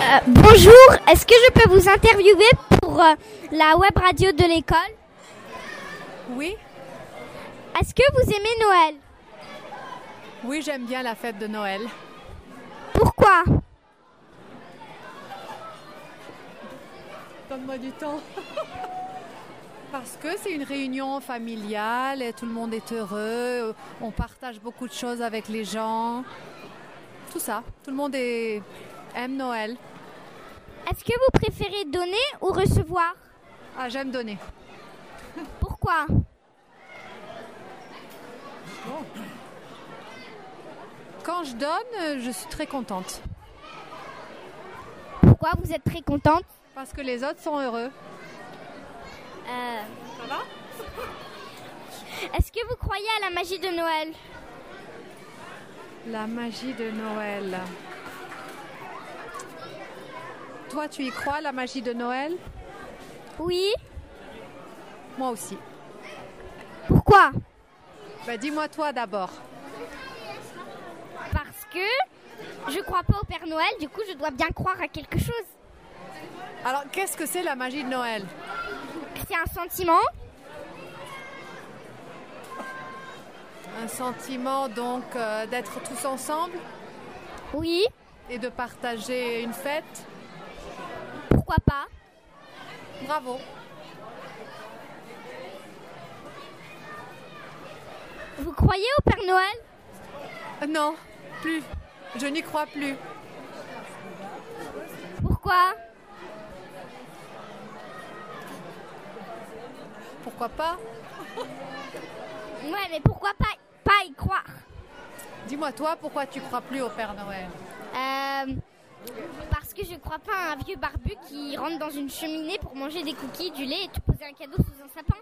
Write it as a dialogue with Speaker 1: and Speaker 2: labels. Speaker 1: Euh, bonjour, est-ce que je peux vous interviewer pour euh, la web radio de l'école
Speaker 2: Oui,
Speaker 1: Est-ce que vous aimez Noël
Speaker 2: oui, j'aime bien la fête de Noël.
Speaker 1: Pourquoi
Speaker 2: Donne-moi du temps. Parce que c'est une réunion familiale et tout le monde est heureux. On partage beaucoup de choses avec les gens. Tout ça. Tout le monde est- aime Noël.
Speaker 1: Est-ce que vous préférez donner ou recevoir
Speaker 2: Ah, j'aime donner.
Speaker 1: Pourquoi
Speaker 2: Quand je donne, euh, je suis très contente.
Speaker 1: Pourquoi vous êtes très contente
Speaker 2: Parce que les autres sont heureux. Ça va
Speaker 1: Euh, Est-ce que vous croyez à la magie de Noël
Speaker 2: La magie de Noël. Toi, tu y crois, la magie de Noël
Speaker 1: Oui.
Speaker 2: Moi aussi.
Speaker 1: Pourquoi
Speaker 2: Bah, dis-moi toi d'abord.
Speaker 1: Parce que je crois pas au Père Noël, du coup je dois bien croire à quelque chose.
Speaker 2: Alors, qu'est-ce que c'est la magie de Noël
Speaker 1: C'est un sentiment
Speaker 2: Un sentiment donc euh, d'être tous ensemble
Speaker 1: Oui.
Speaker 2: et de partager une fête.
Speaker 1: Pourquoi pas
Speaker 2: Bravo.
Speaker 1: Vous croyez au Père Noël
Speaker 2: Euh, Non, plus. Je n'y crois plus.
Speaker 1: Pourquoi
Speaker 2: Pourquoi pas
Speaker 1: Ouais, mais pourquoi pas, pas y croire
Speaker 2: Dis-moi toi pourquoi tu crois plus au Père Noël.
Speaker 1: Euh, Parce que je crois pas à un vieux barbu qui rentre dans une cheminée pour manger des cookies, du lait et te poser un cadeau sous un sapin.